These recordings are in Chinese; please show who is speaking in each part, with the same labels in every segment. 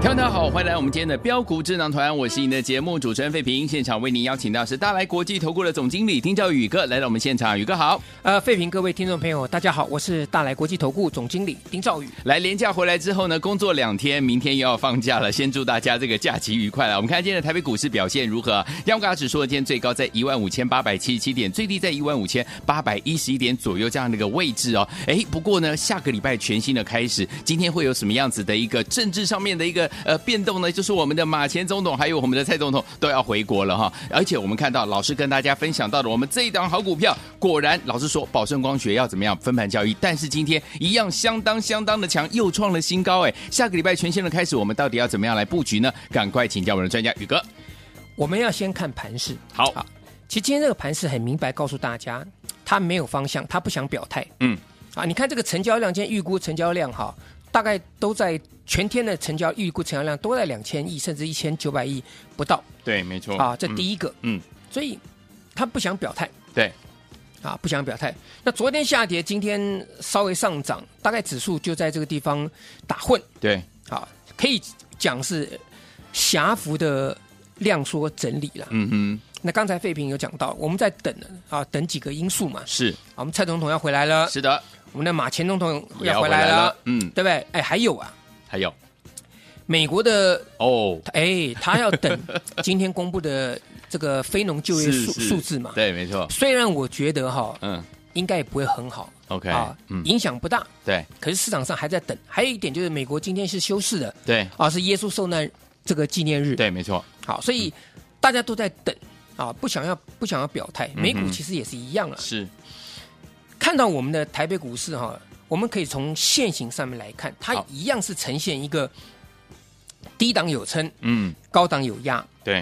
Speaker 1: 听众大家好，欢迎来我们今天的标股智囊团，我是您的节目主持人费平。现场为您邀请到是大来国际投顾的总经理丁兆宇哥来到我们现场，宇哥好。
Speaker 2: 呃，废品各位听众朋友，大家好，我是大来国际投顾总经理丁兆宇。
Speaker 1: 来连假回来之后呢，工作两天，明天又要放假了，先祝大家这个假期愉快了。我们看今天的台北股市表现如何？央股指数呢今天最高在15,877点，最低在15,811点左右这样的一个位置哦。哎，不过呢，下个礼拜全新的开始，今天会有什么样子的一个政治上面的一个 呃变动呢？就是我们的马前总统还有我们的蔡总统都要回国了哈。而且我们看到老师跟大家分享到的，我们这一档好股票，果然老师说宝盛光学要怎么样分盘交易，但是今天一样相当相当的强，又创了新高哎。下个礼拜全线的开始，我们到底要怎么样来布局呢？赶快请教我们的专家宇哥。
Speaker 2: 我们要先看盘势，
Speaker 1: 好，
Speaker 2: 其实今天这个盘势很明白告诉大家，他没有方向，他不想表态
Speaker 1: 嗯，
Speaker 2: 啊。你看这个成交量，今天预估成交量哈，大概都在全天的成交预估成交量都在两千亿甚至一千九百亿不到
Speaker 1: 对，没错
Speaker 2: 啊，这第
Speaker 1: 一，
Speaker 2: 一个，
Speaker 1: 哦嗯，
Speaker 2: 所以他不想表态。
Speaker 1: 对，
Speaker 2: 啊，不想表态。那昨天下跌，今天稍微上涨，大概指数就在这个地方打混
Speaker 1: 对，
Speaker 2: 啊，可以讲是狭幅的量缩整理了。
Speaker 1: 嗯哼，
Speaker 2: 那刚才费平有讲到，我们在等啊，等几个因素嘛。
Speaker 1: 是
Speaker 2: 啊，我们蔡总统要回来了，
Speaker 1: 是的，
Speaker 2: 我们的马前总统
Speaker 1: 也
Speaker 2: 呃要回来了，
Speaker 1: 嗯，
Speaker 2: 对不对？哎，还有啊，
Speaker 1: 还有
Speaker 2: 美国的
Speaker 1: 哦，
Speaker 2: 哎，他要 等今天公布的这个非农就业
Speaker 1: 是
Speaker 2: 数
Speaker 1: 是
Speaker 2: 数字嘛。啊
Speaker 1: 对，没错，
Speaker 2: 虽然我觉得哈，
Speaker 1: 嗯
Speaker 2: 应该也不会很好
Speaker 1: ，OK，
Speaker 2: 啊，
Speaker 1: 嗯，
Speaker 2: 影响不大。
Speaker 1: 对
Speaker 2: 可是市场上还在等。还有一点就是，美国今天是休市的，
Speaker 1: 对
Speaker 2: 啊，是耶稣受难这个纪念日。，
Speaker 1: 对，没错，
Speaker 2: 好，所以大家都在等啊，不想要不想要表态。
Speaker 1: 嗯哼
Speaker 2: 美股其实也是一样了。
Speaker 1: 是，
Speaker 2: 看到我们的台北股市哈、我们可以从现形上面来看，它
Speaker 1: 好
Speaker 2: 一样是呈现一个低档有撑，
Speaker 1: 嗯，
Speaker 2: 高档有压
Speaker 1: 对，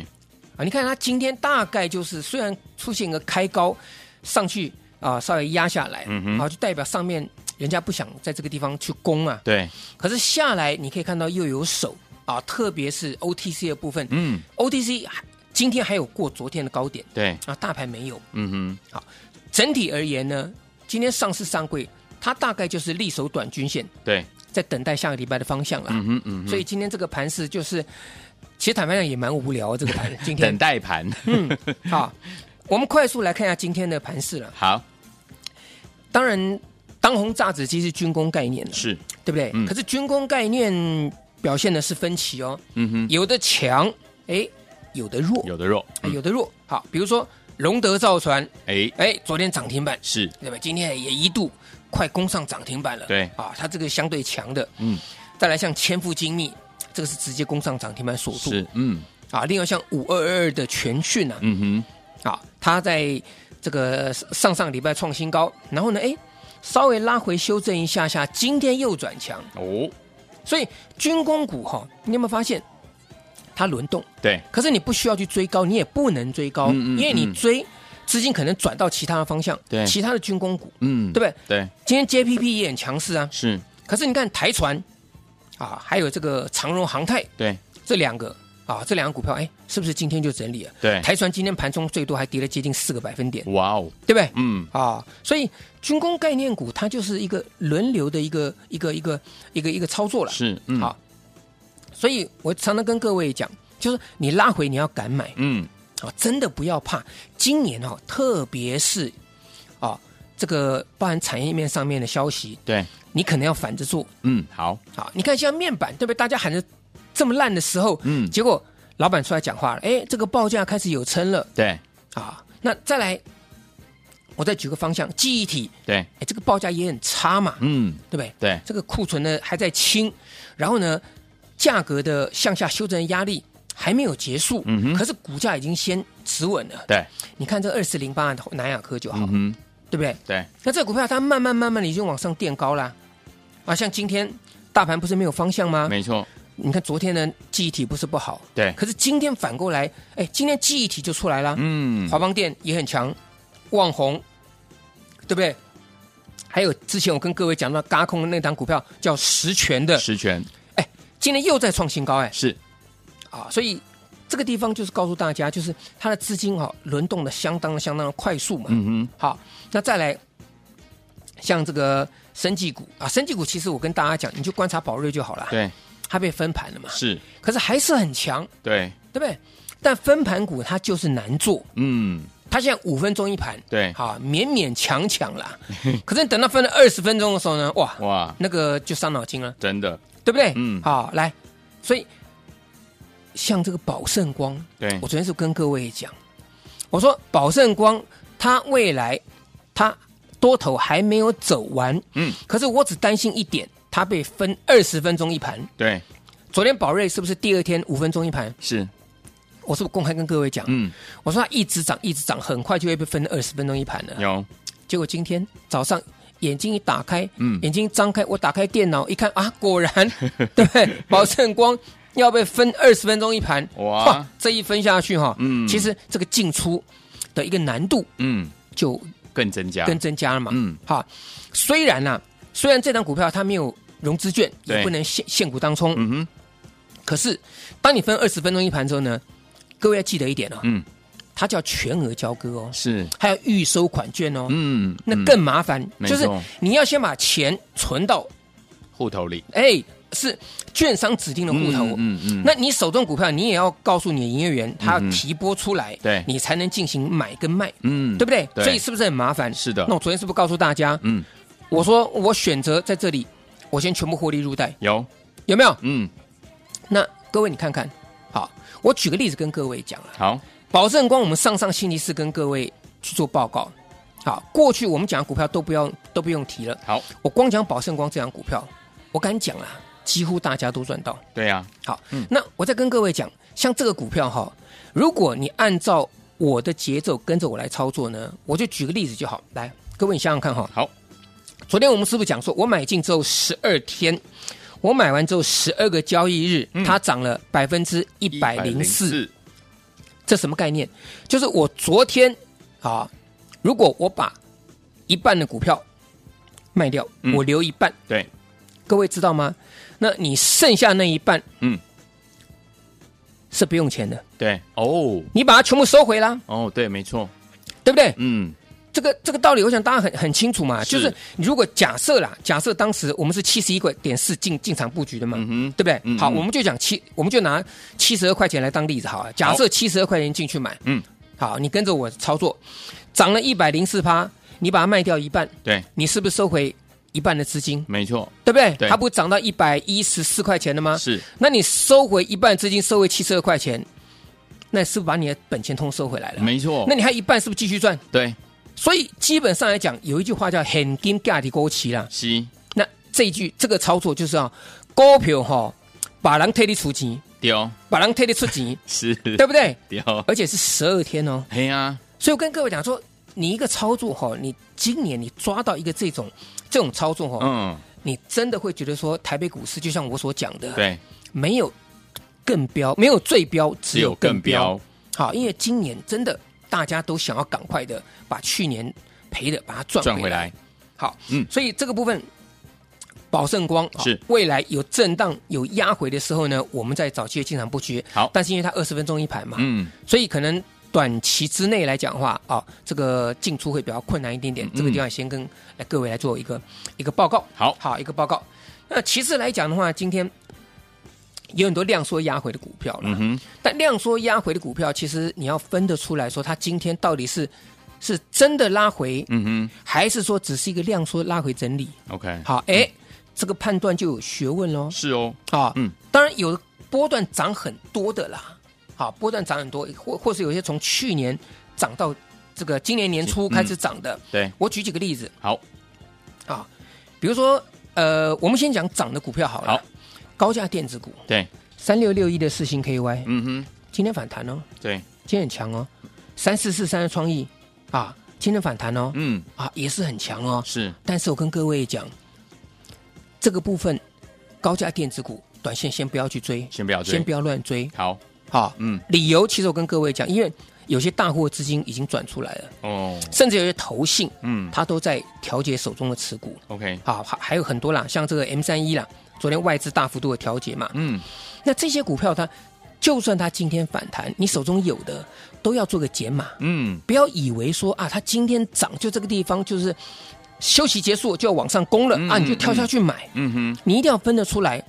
Speaker 2: 啊。你看它今天大概就是虽然出现一个开高上去啊，稍微压下来，
Speaker 1: 嗯哼
Speaker 2: 啊，就代表上面人家不想在这个地方去攻啊。
Speaker 1: 对，
Speaker 2: 可是下来你可以看到又有手啊，特别是 OTC 的部分、
Speaker 1: 嗯，
Speaker 2: o t c 今天还有过昨天的高点
Speaker 1: 对，
Speaker 2: 啊，大盘没有。
Speaker 1: 嗯
Speaker 2: 整体而言呢，今天上市上柜它大概就是力守短均线，
Speaker 1: 哼，对，
Speaker 2: 在等待下个礼拜的方向了。
Speaker 1: 嗯哼，嗯哼，
Speaker 2: 所以今天这个盘是就是，其实坦白讲也蛮无聊啊这 个盘。今
Speaker 1: 等
Speaker 2: 天
Speaker 1: 待盘，
Speaker 2: 啊，我们快速来看一下今天的盘势了。
Speaker 1: 好，
Speaker 2: 当然，当红炸子鸡是军工概念了，
Speaker 1: 是，
Speaker 2: 对不对？
Speaker 1: 嗯
Speaker 2: 可是军工概念表现的是分歧哦。
Speaker 1: 嗯哼，
Speaker 2: 有的强，哎，有的弱，
Speaker 1: 有的肉，
Speaker 2: 哎有的弱。好，比如说龙德造船，
Speaker 1: 哎，
Speaker 2: 哎，昨天涨停板，
Speaker 1: 是，
Speaker 2: 对吧？今天也一度快攻上涨停板了。
Speaker 1: 对
Speaker 2: 啊，它这个相对强的，
Speaker 1: 嗯，
Speaker 2: 再来像千富精密，这个是直接攻上涨停板锁住
Speaker 1: 是，嗯，
Speaker 2: 啊。另外像五二二二的全讯啊，
Speaker 1: 嗯哼，
Speaker 2: 啊，它在这个上上礼拜创新高，然后呢，哎，稍微拉回修正一下下，今天又转强。
Speaker 1: 哦，
Speaker 2: 所以军工股哈、你有没有发现它轮动？
Speaker 1: 对，
Speaker 2: 可是你不需要去追高，你也不能追高，
Speaker 1: 嗯嗯嗯
Speaker 2: 因为你追资金可能转到其他的方向，
Speaker 1: 对
Speaker 2: 其他的军工股，
Speaker 1: 嗯，
Speaker 2: 对不对？
Speaker 1: 对，
Speaker 2: 今天 JPP 也很强势啊，
Speaker 1: 是，
Speaker 2: 可是你看台船啊，还有这个长荣航太
Speaker 1: 对，
Speaker 2: 这两个啊，这两个股票，哎，是不是今天就整理了？
Speaker 1: 对，
Speaker 2: 台船今天盘中最多还跌了接近四个百分点，
Speaker 1: 哇哦，
Speaker 2: 对不对？
Speaker 1: 嗯，
Speaker 2: 啊，所以军工概念股它就是一个轮流的一个一个一个一个一个操作了。
Speaker 1: 是，嗯，
Speaker 2: 好，所以我常常跟各位讲，就是你拉回你要敢买
Speaker 1: 嗯，
Speaker 2: 啊、真的不要怕。今年哦，特别是啊、这个包含产业面上面的消息，
Speaker 1: 对，
Speaker 2: 你可能要反着做
Speaker 1: 嗯，好，
Speaker 2: 啊。你看现在面板对不对？大家喊的这么烂的时候，
Speaker 1: 嗯，
Speaker 2: 结果老板出来讲话了，哎，这个报价开始有撑了
Speaker 1: 对，
Speaker 2: 啊。那再来，我再举个方向，记忆体，
Speaker 1: 对，
Speaker 2: 哎，这个报价也很差嘛，
Speaker 1: 嗯，
Speaker 2: 对不对？
Speaker 1: 对，
Speaker 2: 这个库存呢还在清，然后呢，价格的向下修正压力还没有结束，
Speaker 1: 嗯哼
Speaker 2: 可是股价已经先持稳了。
Speaker 1: 对，
Speaker 2: 你看这二四零八的南亚科就好，
Speaker 1: 嗯哼，
Speaker 2: 对不对？
Speaker 1: 对，
Speaker 2: 那这股票它慢慢慢慢的已经往上垫高啦，啊，像今天大盘不是没有方向吗？
Speaker 1: 没错，
Speaker 2: 你看昨天呢，记忆体不是不好，
Speaker 1: 对，
Speaker 2: 可是今天反过来，哎，今天记忆体就出来啦，
Speaker 1: 嗯，
Speaker 2: 华邦电也很强，旺宏，对不对？还有之前我跟各位讲到嘎空的那档股票叫实权的，
Speaker 1: 实权
Speaker 2: 今天又在创新高哎
Speaker 1: 是，
Speaker 2: 啊，所以这个地方就是告诉大家，就是它的资金哈、哦轮动的相当相当的快速嘛。
Speaker 1: 嗯哼，
Speaker 2: 好，那再来像这个生技股啊，生技股其实我跟大家讲，你就观察宝瑞就好了，
Speaker 1: 对，
Speaker 2: 它被分盘了嘛，
Speaker 1: 是，
Speaker 2: 可是还是很强，
Speaker 1: 对，
Speaker 2: 对不对？但分盘股它就是难做，
Speaker 1: 嗯，
Speaker 2: 它现在五分钟一盘，
Speaker 1: 对，
Speaker 2: 好勉勉强强 啦。可是你等到分了二十分钟的时候呢，哇，
Speaker 1: 哇，
Speaker 2: 那个就伤脑筋了，
Speaker 1: 真的，
Speaker 2: 对不对？
Speaker 1: 嗯
Speaker 2: 好，来，所以像这个宝盛光，
Speaker 1: 对
Speaker 2: 我，昨天是跟各位讲，我说宝盛光它未来它多头还没有走完，
Speaker 1: 嗯，
Speaker 2: 可是我只担心一点，它被分二十分钟一盘。
Speaker 1: 对，
Speaker 2: 昨天宝瑞是不是第二天五分钟一盘？
Speaker 1: 是，
Speaker 2: 我是不是公开跟各位讲？
Speaker 1: 嗯，
Speaker 2: 我说它一直涨，一直涨，很快就会被分二十分钟一盘了。
Speaker 1: 有，
Speaker 2: 结果今天早上眼睛一打开，
Speaker 1: 嗯
Speaker 2: 眼睛一张开，我打开电脑一看啊，果然 对不对？宝盛光要被分二十分钟一盘，
Speaker 1: 哇
Speaker 2: 这一分下去哈，
Speaker 1: 嗯
Speaker 2: 其实这个进出的一个难度
Speaker 1: 嗯，
Speaker 2: 就
Speaker 1: 更增加，
Speaker 2: 跟增加了嘛，
Speaker 1: 嗯，
Speaker 2: 好，虽然呐、虽然这档股票它没有融资券，
Speaker 1: 对
Speaker 2: 也不能现现股当冲，
Speaker 1: 嗯哼，
Speaker 2: 可是当你分二十分钟一盘之后呢，各位要记得一点哦，
Speaker 1: 嗯，
Speaker 2: 它叫全额交割哦，
Speaker 1: 是，
Speaker 2: 还有预收款券哦，
Speaker 1: 嗯，
Speaker 2: 那
Speaker 1: 嗯
Speaker 2: 更麻烦，
Speaker 1: 没
Speaker 2: 就是
Speaker 1: 错
Speaker 2: 你要先把钱存到，
Speaker 1: 户头里，
Speaker 2: 哎，是券商指定的户头。
Speaker 1: 嗯嗯，
Speaker 2: 那你手中股票，你也要告诉你的营业员，他
Speaker 1: 嗯
Speaker 2: 要
Speaker 1: 嗯
Speaker 2: 提拨出来，
Speaker 1: 对
Speaker 2: 你才能进行买跟卖，
Speaker 1: 嗯，
Speaker 2: 对不对？
Speaker 1: 对
Speaker 2: 所以是不是很麻烦？
Speaker 1: 是的
Speaker 2: 那我昨天是不是告诉大家，
Speaker 1: 嗯，
Speaker 2: 我说我选择在这里，我先全部获利入袋，
Speaker 1: 有，
Speaker 2: 有没有？
Speaker 1: 嗯，
Speaker 2: 那各位你看看，好，我举个例子跟各位讲了，
Speaker 1: 好，
Speaker 2: 保证光我们上上星期四跟各位去做报告。好，过去我们讲的股票都不要都不用提了，
Speaker 1: 好，
Speaker 2: 我光讲宝盛光这档股票，我敢讲啦，几乎大家都赚到。
Speaker 1: 对啊呀，
Speaker 2: 好，那我再跟各位讲，像这个股票哈，如果你按照我的节奏跟着我来操作呢，我就举个例子就好。来，各位你想想看哈，
Speaker 1: 好，
Speaker 2: 昨天我们师傅讲说，我买进之后十二天，我买完之后十二个交易日，
Speaker 1: 嗯
Speaker 2: 它涨了百分之一百零四，
Speaker 1: 104，
Speaker 2: 这什么概念？就是我昨天啊，如果我把一半的股票卖掉，
Speaker 1: 嗯
Speaker 2: 我留一半。
Speaker 1: 对，
Speaker 2: 各位知道吗？那你剩下那一半，
Speaker 1: 嗯，
Speaker 2: 是不用钱的，
Speaker 1: 对，哦，
Speaker 2: 你把它全部收回啦，
Speaker 1: 哦，对，没错，
Speaker 2: 对不对？
Speaker 1: 嗯，
Speaker 2: 这个这个道理，我想大家很很清楚嘛。
Speaker 1: 是
Speaker 2: 就是如果假设啦，假设当时我们是七十一点四进进场布局的嘛，
Speaker 1: 嗯哼，
Speaker 2: 对不对？
Speaker 1: 嗯
Speaker 2: 好，
Speaker 1: 嗯
Speaker 2: 我们就讲七，我们就拿七十二块钱来当例子好了。假设七十二块钱进去买，
Speaker 1: 嗯，
Speaker 2: 好，你跟着我操作，涨了一百零四趴，你把它卖掉一半，
Speaker 1: 对，
Speaker 2: 你是不是收回一半的资金？
Speaker 1: 没错，
Speaker 2: 对不对？
Speaker 1: 对
Speaker 2: 它不是涨到一百一十四块钱了吗？
Speaker 1: 是，
Speaker 2: 那你收回一半资金，收回七十二块钱，那是不是把你的本钱通收回来了？
Speaker 1: 没错
Speaker 2: 那，你还一半是不是继续赚？
Speaker 1: 对，
Speaker 2: 所以基本上来讲，有一句话叫“很金价的勾起”啦。
Speaker 1: 吸
Speaker 2: 那这一句这个操作就是啊，股票哈、把人替你出钱，
Speaker 1: 丢
Speaker 2: 把人替你出 钱，
Speaker 1: 是，
Speaker 2: 对不对？
Speaker 1: 丢，
Speaker 2: 而且是十二天哦。
Speaker 1: 嘿呀，
Speaker 2: 所以我跟各位讲说，你一个操作哈、你今年你抓到一个这种这种操作哈、
Speaker 1: 嗯，
Speaker 2: 你真的会觉得说，台北股市就像我所讲的，
Speaker 1: 对，
Speaker 2: 没有更标，没有最标，
Speaker 1: 只
Speaker 2: 只有
Speaker 1: 有更
Speaker 2: 更标
Speaker 1: 标。，
Speaker 2: 好，因为今年真的大家都想要赶快的把去年赔的把它赚
Speaker 1: 赚
Speaker 2: 回
Speaker 1: 回
Speaker 2: 来
Speaker 1: 来。，
Speaker 2: 好，
Speaker 1: 嗯
Speaker 2: 嗯，所以这个部分，宝盛光啊
Speaker 1: 是
Speaker 2: 未来有震荡、有压回的时候呢，我们在早期的进场布局。
Speaker 1: 好
Speaker 2: 但是因为它二十分钟一盘嘛，
Speaker 1: 嗯，
Speaker 2: 所以可能短期之内来讲的话，啊，这个进出会比较困难一
Speaker 1: 嗯
Speaker 2: 点点。这个地方先跟来各位来做一个一个报告。
Speaker 1: 好
Speaker 2: 好，一个报告。那其次来讲的话，今天有很多量缩压回的股票了。
Speaker 1: 嗯哼，
Speaker 2: 但量缩压回的股票，其实你要分得出来说，它今天到底是是真的拉回，
Speaker 1: 嗯
Speaker 2: 还是说只是一个量缩拉回整理？
Speaker 1: 哼，OK，
Speaker 2: 好，哎，这个判断就有学问喽。
Speaker 1: 是哦，
Speaker 2: 啊，
Speaker 1: 嗯
Speaker 2: 嗯，当然有的波段涨很多的啦，好，波段涨很多，或或是有些从去年涨到这个今年年初
Speaker 1: 嗯
Speaker 2: 开始涨的。
Speaker 1: 对，
Speaker 2: 我举几个例子
Speaker 1: 好，
Speaker 2: 啊，比如说呃，我们先讲涨的股票好了，
Speaker 1: 好
Speaker 2: 高价电子股，
Speaker 1: 对，
Speaker 2: 三六六一的四星 KY，
Speaker 1: 嗯
Speaker 2: 今天反弹哦，
Speaker 1: 哼，对，
Speaker 2: 今天很强哦。三四四三的创意啊，今天反弹哦，
Speaker 1: 嗯，
Speaker 2: 啊也是很强哦。
Speaker 1: 是，
Speaker 2: 但是我跟各位讲，这个部分高价电子股，短线先不要去追，
Speaker 1: 先不要追
Speaker 2: 先不要乱追。
Speaker 1: 啊好，
Speaker 2: 好，
Speaker 1: 嗯，
Speaker 2: 理由其实我跟各位讲，因为有些大户资金已经转出来了，
Speaker 1: 哦，
Speaker 2: 甚至有些投信，
Speaker 1: 嗯
Speaker 2: 它都在调节手中的持股。
Speaker 1: ，OK，
Speaker 2: 好，还还有很多啦，像这个 M 三一啦，昨天外资大幅度的调节嘛，
Speaker 1: 嗯，
Speaker 2: 那这些股票它就算它今天反弹，你手中有的都要做个减码，
Speaker 1: 嗯，
Speaker 2: 不要以为说啊，它今天涨就这个地方就是休息结束就要往上攻了、
Speaker 1: 嗯
Speaker 2: 啊，你就跳下去买，
Speaker 1: 嗯哼，
Speaker 2: 你一定要分得出来。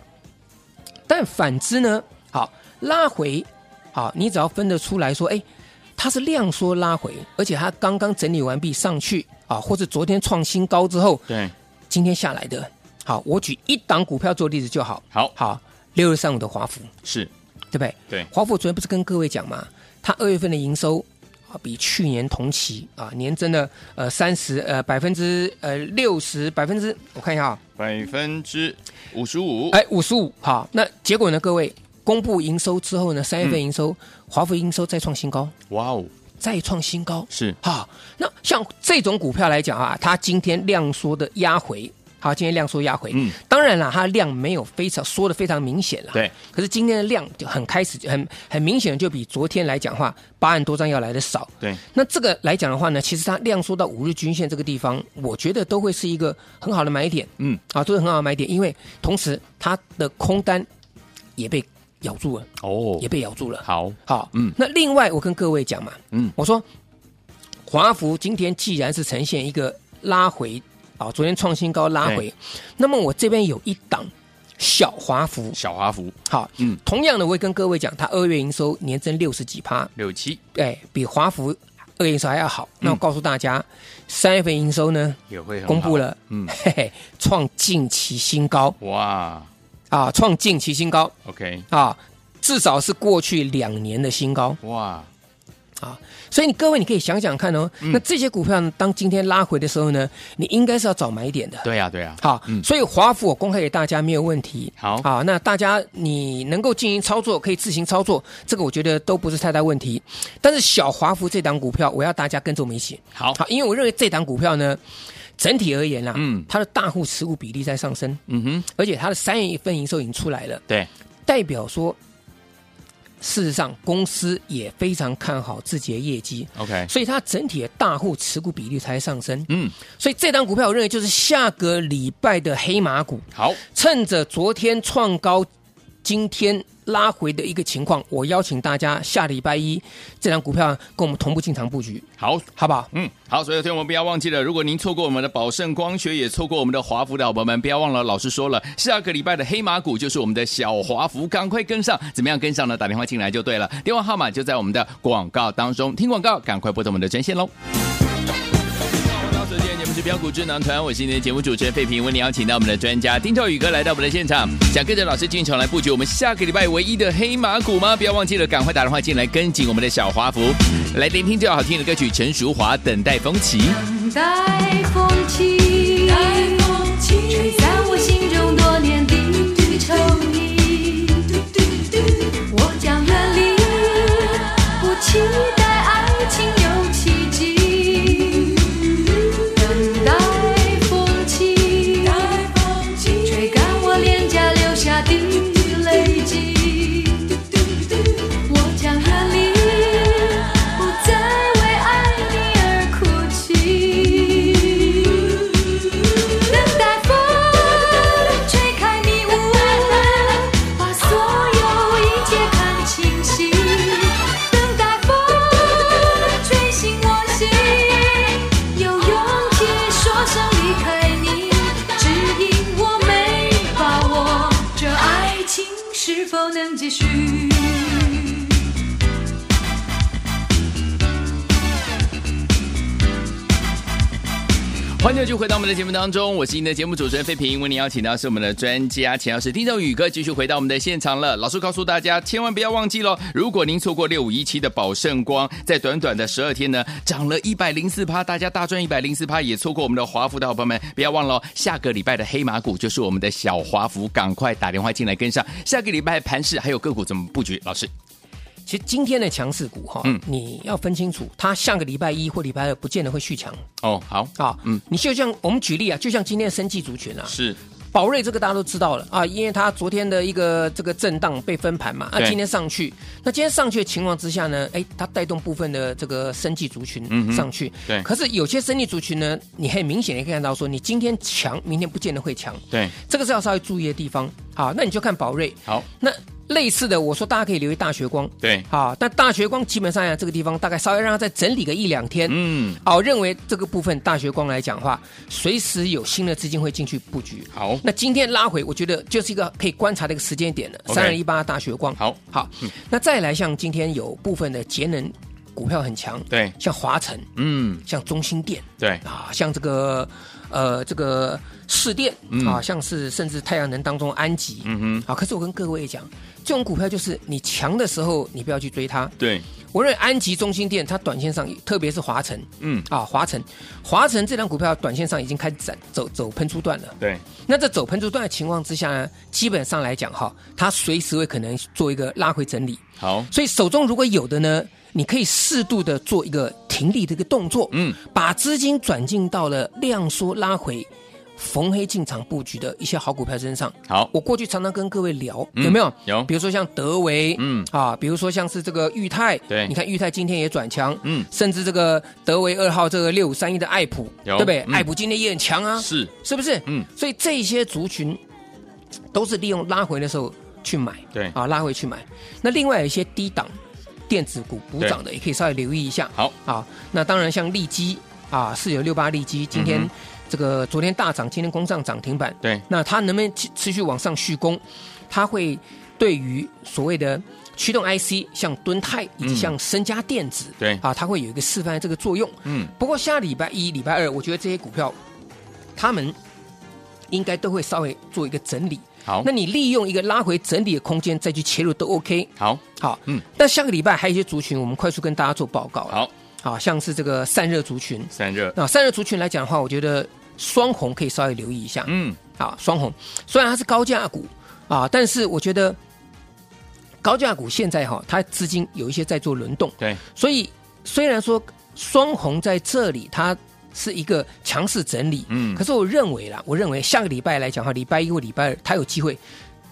Speaker 2: 但反之呢，好拉回，好你只要分得出来说，哎，它是量缩拉回，而且它刚刚整理完毕上去啊，或者昨天创新高之后，
Speaker 1: 对，
Speaker 2: 今天下来的。好，我举一档股票做例子就好。
Speaker 1: 好，
Speaker 2: 好，六六三五的华孚，
Speaker 1: 是，
Speaker 2: 对不对？
Speaker 1: 对，
Speaker 2: 华府昨天不是跟各位讲嘛，它二月份的营收啊比去年同期啊年增了呃三十呃百分之呃六十百分之我看一下啊，
Speaker 1: 百分之五十五，
Speaker 2: 哎五十五好，那结果呢？各位公布营收之后呢，三月份营
Speaker 1: 嗯
Speaker 2: 收、华府营收再创新高，
Speaker 1: 哇哦，
Speaker 2: 再创新高。
Speaker 1: 是，
Speaker 2: 好，那像这种股票来讲啊，它今天量缩的压回，好，今天量缩压回，
Speaker 1: 嗯
Speaker 2: 当然了，它量没有非常缩的非常明显了，
Speaker 1: 对，
Speaker 2: 可是今天的量就很开始很很明显，就比昨天来讲话八万多张要来的少，
Speaker 1: 对，
Speaker 2: 那这个来讲的话呢，其实它量缩到五日均线这个地方，我觉得都会是一个很好的买点
Speaker 1: 嗯，
Speaker 2: 啊，都是很好的买点，因为同时它的空单也被咬住了，
Speaker 1: 哦
Speaker 2: 也，被咬住了。
Speaker 1: 好，
Speaker 2: 好，
Speaker 1: 嗯
Speaker 2: 嗯，那另外我跟各位讲嘛，
Speaker 1: 嗯，
Speaker 2: 我说华孚今天既然是呈现一个拉回啊，昨天创新高拉
Speaker 1: 哎
Speaker 2: 回，那么我这边有一档小华孚，
Speaker 1: 小华福
Speaker 2: 好，
Speaker 1: 嗯
Speaker 2: 嗯，同样的我会跟各位讲，它二月营收年增六十几趴，
Speaker 1: 六七
Speaker 2: 哎，比华孚二月营收还要好。那我
Speaker 1: 嗯
Speaker 2: 告诉大家，三月份营收呢
Speaker 1: 也会很好
Speaker 2: 公布，了，
Speaker 1: 嗯，
Speaker 2: 嘿嘿，创近期新高
Speaker 1: 哇
Speaker 2: 啊，创近期新高
Speaker 1: ，OK，
Speaker 2: 啊，至少是过去两年的新高。
Speaker 1: 哇，
Speaker 2: 所以你各位，你可以想想看哦，
Speaker 1: 嗯
Speaker 2: 那这些股票呢，当今天拉回的时候呢，你应该是要找买点的。
Speaker 1: 对呀，对呀，
Speaker 2: 好，
Speaker 1: 嗯
Speaker 2: 所以华府我公开给大家没有问题。
Speaker 1: 好
Speaker 2: 好，那大家你能够进行操作，可以自行操作，这个我觉得都不是太大问题。但是小华府这档股票，我要大家跟着我们一起。
Speaker 1: 好，
Speaker 2: 好，因为我认为这档股票呢，整体而言啦、啊
Speaker 1: 嗯
Speaker 2: 它的大户持股比例在上升，
Speaker 1: 嗯哼，
Speaker 2: 而且它的三月份营收已经出来了，
Speaker 1: 对，
Speaker 2: 代表说，事实上公司也非常看好自己的业绩。
Speaker 1: OK，
Speaker 2: 所以它整体的大户持股比例才上升。
Speaker 1: 哎嗯，
Speaker 2: 所以这档股票，我认为就是下个礼拜的黑马股，
Speaker 1: 好，
Speaker 2: 趁着昨天创高，今天拉回的一个情况，我邀请大家下礼拜一这档股票跟我们同步进场布局，
Speaker 1: 好，
Speaker 2: 好不好？
Speaker 1: 嗯，好，所以有听我们不要忘记了，如果您错过我们的宝盛光学，也错过我们的华孚的好朋友们，不要忘了，老师说了，下个礼拜的黑马股就是我们的小华孚，赶快跟上，怎么样跟上呢？打电话进来就对了，电话号码就在我们的广告当中，听广告，赶快拨通我们的专线喽。到时间节目是标股智囊团，我是今天的节目主持人费平，为您邀请到我们的专家丁兆宇哥来到我们的现场，想跟着老师进场来布局我们下个礼拜唯一的黑马股吗？不要忘记了，赶快打电话进来跟紧我们的小华服，来聆听最好听的歌曲陈淑华《等待风起》。
Speaker 3: 等待风起，吹散我心中多年的愁意。我将远离，不期待爱情有奇迹。等待风起，吹干我脸颊留下的泪迹。我将远离，不再为爱你而哭泣。等待风吹开迷雾，
Speaker 1: 欢迎继续回到我们的节目当中，我是您的节目主持人费平，为您邀请到是我们的专家钱老师，丁兆宇哥继续回到我们的现场了。老师告诉大家，千万不要忘记喽，如果您错过六五一七的宝盛光，在短短的十二天呢，涨了一百零四趴，大家大赚一百零四趴，也错过我们的华孚的好朋友们，不要忘了哦，下个礼拜的黑马股就是我们的小华孚，赶快打电话进来跟上。下个礼拜盘市还有个股怎么布局？老师，
Speaker 2: 其实今天的强势股哈、
Speaker 1: 嗯
Speaker 2: 你要分清楚，它下个礼拜一或礼拜二不见得会续强
Speaker 1: 哦，好，
Speaker 2: 啊。
Speaker 1: 嗯
Speaker 2: 嗯，你就像我们举例啊，就像今天的生技族群啊，
Speaker 1: 是
Speaker 2: 宝瑞这个大家都知道了啊，因为它昨天的一个这个震荡被分盘嘛，啊，
Speaker 1: 对
Speaker 2: 今天上去，那今天上去的情况之下呢，哎，它带动部分的这个生技族
Speaker 1: 嗯哼
Speaker 2: 群上去，
Speaker 1: 对
Speaker 2: 可是有些生技族群呢，你很明显的看到说，你今天强，明天不见得会强，
Speaker 1: 对，
Speaker 2: 这个是要稍微注意的地方。好，那你就看宝瑞，
Speaker 1: 好，
Speaker 2: 那类似的，我说大家可以留意大学光，
Speaker 1: 对，
Speaker 2: 好，但大学光基本上呀，这个地方大概稍微让它再整理个一两天，
Speaker 1: 嗯，
Speaker 2: 好，认为这个部分大学光来讲话，随时有新的资金会进去布局。
Speaker 1: 好，
Speaker 2: 那今天拉回，我觉得就是一个可以观察的一个时间点了，
Speaker 1: OK
Speaker 2: 三二一八大学光。
Speaker 1: 好嗯
Speaker 2: 好，那再来像今天有部分的节能股票很强，
Speaker 1: 对
Speaker 2: 像华晨，
Speaker 1: 嗯，
Speaker 2: 像中兴电
Speaker 1: 对，
Speaker 2: 啊，像这个呃这个市电
Speaker 1: 嗯
Speaker 2: 啊，像是甚至太阳能当中安吉，
Speaker 1: 嗯哼，
Speaker 2: 啊，可是我跟各位讲，这种股票就是你强的时候，你不要去追它。
Speaker 1: 对，
Speaker 2: 我认为安吉中心店，它短线上，特别是华晨
Speaker 1: 嗯，
Speaker 2: 啊，华晨，华晨这张股票短线上已经开始展走走喷出段了。
Speaker 1: 对，
Speaker 2: 那在走喷出段的情况之下呢，基本上来讲哈，它随时会可能做一个拉回整理。
Speaker 1: 好，
Speaker 2: 所以手中如果有的呢，你可以适度的做一个停利的一个动作，
Speaker 1: 嗯，
Speaker 2: 把资金转进到了量缩拉回、逢黑进场布局的一些好股票身上。
Speaker 1: 好
Speaker 2: 我过去常常跟各位聊，
Speaker 1: 嗯
Speaker 2: 有没有？
Speaker 1: 有
Speaker 2: 比如说像德维，
Speaker 1: 嗯
Speaker 2: 啊，比如说像是这个裕泰，
Speaker 1: 对
Speaker 2: 你看裕泰今天也转强，
Speaker 1: 嗯
Speaker 2: 甚至这个德维二号这个六五三一的爱普，
Speaker 1: 有
Speaker 2: 对不对？
Speaker 1: 嗯
Speaker 2: 爱普今天也很强啊，
Speaker 1: 是，
Speaker 2: 是不是？
Speaker 1: 嗯，
Speaker 2: 所以这些族群都是利用拉回的时候去买，
Speaker 1: 对
Speaker 2: 啊，拉回去买。那另外有一些低档电子股补涨的，也可以稍微留意一下。
Speaker 1: 好
Speaker 2: 啊，那当然像利基啊，四九六八利基，今天、
Speaker 1: 嗯哼
Speaker 2: 这个昨天大涨，今天攻上涨停板，
Speaker 1: 对，
Speaker 2: 那它能不能持持续往上续攻？它会对于所谓的驱动 IC，像敦泰以及
Speaker 1: 嗯
Speaker 2: 像深佳电子，
Speaker 1: 对
Speaker 2: 啊，它会有一个示范这个作用。
Speaker 1: 嗯，
Speaker 2: 不过下礼拜一、礼拜二，我觉得这些股票，他们应该都会稍微做一个整理。
Speaker 1: 好
Speaker 2: 那，你利用一个拉回整理的空间再去切入都 OK。
Speaker 1: 好，
Speaker 2: 好，
Speaker 1: 嗯，
Speaker 2: 但下个礼拜还有一些族群，我们快速跟大家做报告。，
Speaker 1: 好，
Speaker 2: 好像是这个散热族群。
Speaker 1: 散热，
Speaker 2: 那散热族群来讲的话，我觉得双红可以稍微留意一下。
Speaker 1: 嗯，
Speaker 2: 啊，双红虽然它是高价股啊，但是我觉得高价股现在哈、它资金有一些在做轮动，
Speaker 1: 对，
Speaker 2: 所以虽然说双红在这里它是一个强势整理，
Speaker 1: 嗯
Speaker 2: 可是我认为啦，我认为下个礼拜来讲哈，礼拜一或礼拜二它有机会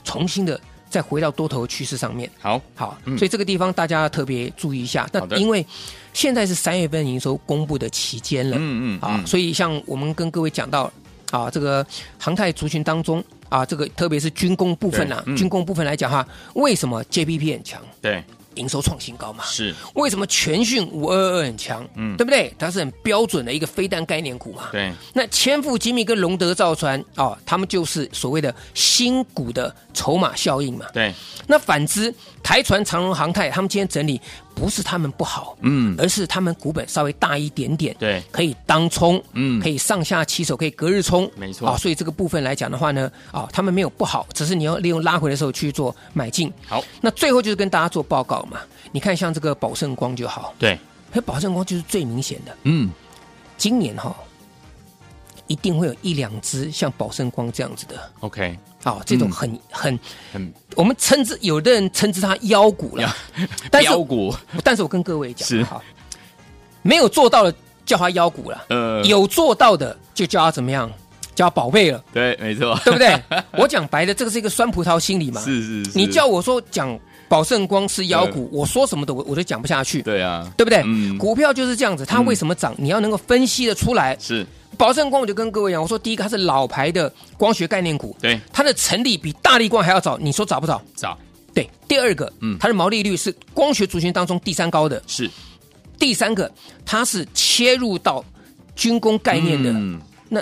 Speaker 2: 重新的再回到多头趋势上面。
Speaker 1: 好，
Speaker 2: 好，
Speaker 1: 嗯
Speaker 2: 所以这个地方大家要特别注意一下。
Speaker 1: 好
Speaker 2: 那
Speaker 1: 的
Speaker 2: 因为现在是三月份营收公布的期间了，
Speaker 1: 嗯嗯
Speaker 2: 啊
Speaker 1: 嗯，
Speaker 2: 所以像我们跟各位讲到啊，这个航太族群当中啊，这个特别是军工部分啊
Speaker 1: 对嗯，
Speaker 2: 军工部分来讲哈，为什么 JPP 很强，
Speaker 1: 对，
Speaker 2: 营收创新高嘛？
Speaker 1: 是，
Speaker 2: 为什么全讯五二二很强？
Speaker 1: 嗯
Speaker 2: 嗯，对不对？它是很标准的一个飞弹概念股嘛。。
Speaker 1: 对，
Speaker 2: 那千富精密跟龙德造船哦，他们就是所谓的新股的筹码效应嘛。
Speaker 1: 对，
Speaker 2: 那反之，台船、长荣航太他们今天整理，不是他们不好，
Speaker 1: 嗯，
Speaker 2: 而是他们股本稍微大一点点，
Speaker 1: 对
Speaker 2: 可以当冲，
Speaker 1: 嗯
Speaker 2: 可以上下起手，可以隔日冲，
Speaker 1: 没错
Speaker 2: 啊。所以这个部分来讲的话呢，啊，他们没有不好，只是你要利用拉回的时候去做买进。
Speaker 1: 好，
Speaker 2: 那最后就是跟大家做报告嘛，你看像这个宝盛光就好，
Speaker 1: 对，
Speaker 2: 那宝盛光就是最明显的，
Speaker 1: 嗯，
Speaker 2: 今年哈、一定会有一两只像宝盛光这样子的，
Speaker 1: OK，
Speaker 2: 啊，这种
Speaker 1: 嗯
Speaker 2: 很、很
Speaker 1: 很
Speaker 2: 我们称之有的人称之它妖股了， 但是
Speaker 1: 标股，
Speaker 2: 但是我跟各位讲，
Speaker 1: 是
Speaker 2: 好，没有做到的叫它妖股了，
Speaker 1: 呃，，
Speaker 2: 有做到的就叫它怎么样，叫它宝 贝了，
Speaker 1: 对，没错，
Speaker 2: 对不对？我讲白的，这个是一个酸葡萄心理嘛。
Speaker 1: 是是是，
Speaker 2: 你叫，我说讲宝盛光是妖股，我说什么的我我都讲不下去，
Speaker 1: 对啊，
Speaker 2: 对不对？
Speaker 1: 嗯
Speaker 2: 股票就是这样子，它为什么涨，你要能够分析的出来。
Speaker 1: 是，
Speaker 2: 宝盛光我就跟各位讲，我说第一个它是老牌的光学概念股，
Speaker 1: 对，
Speaker 2: 它的成立比大力光还要早，你说早不早？
Speaker 1: 早，
Speaker 2: 对，第二个，
Speaker 1: 嗯
Speaker 2: 它的毛利率是光学族群当中第三高的。
Speaker 1: 是，
Speaker 2: 第三个，它是切入到军工概念的，
Speaker 1: 嗯，
Speaker 2: 那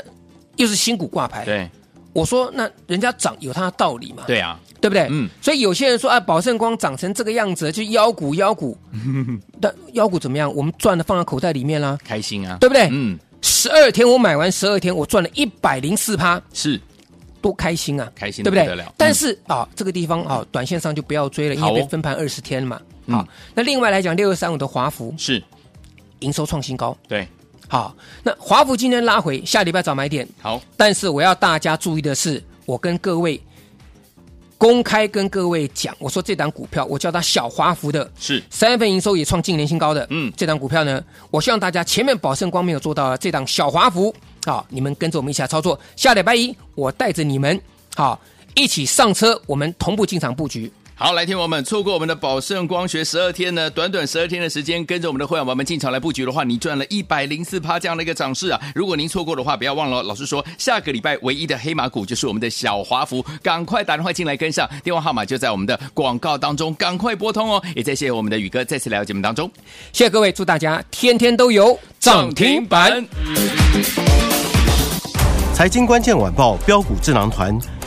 Speaker 2: 又是新股挂牌。
Speaker 1: 对，
Speaker 2: 我说那人家涨有它的道理嘛，
Speaker 1: 对啊，
Speaker 2: 对不对？
Speaker 1: 嗯
Speaker 2: 所以有些人说啊，宝盛光涨成这个样子，就妖股 妖股，但妖股怎么样？我们赚的放在口袋里面啦，
Speaker 1: 开心啊，
Speaker 2: 对不对？
Speaker 1: 嗯，
Speaker 2: 十二天我买完十二天，我赚了一百零四趴，
Speaker 1: 是
Speaker 2: 多开心啊！
Speaker 1: 开心得
Speaker 2: 对不
Speaker 1: 不得
Speaker 2: 对
Speaker 1: 了？嗯
Speaker 2: 但是啊，这个地方啊，短线上就不要追了，因
Speaker 1: 好哦
Speaker 2: 为被分盘二十天了嘛。
Speaker 1: 嗯
Speaker 2: 好，那另外来讲，六二三五的华孚
Speaker 1: 是，
Speaker 2: 营收创新高，
Speaker 1: 对，
Speaker 2: 好，那华孚今天拉回，下礼拜找买点。
Speaker 1: 好，
Speaker 2: 但是我要大家注意的是，我跟各位公开跟各位讲，我说这档股票，我叫它小华孚的，
Speaker 1: 是
Speaker 2: 三月份营收也创近年新高的。
Speaker 1: 嗯
Speaker 2: 这档股票呢，我希望大家前面保盛光没有做到的这档小华孚，好，你们跟着我们一起来操作。下礼拜一，我带着你们，好，一起上车，我们同步进场布局。
Speaker 1: 好，来，听友们，错过我们的宝盛光学十二天呢，短短十二天的时间，跟着我们的会员宝宝们进场来布局的话，你赚了一百零四趴这样的一个涨势啊！如果您错过的话，不要忘了哦，老师说下个礼拜唯一的黑马股就是我们的小华孚，赶快打电话进来跟上，电话号码就在我们的广告当中，赶快拨通哦！也再谢谢我们的宇哥再次来到节目当中，
Speaker 2: 谢谢各位，祝大家天天都有涨停板。。
Speaker 4: 财经关键晚报标股智囊团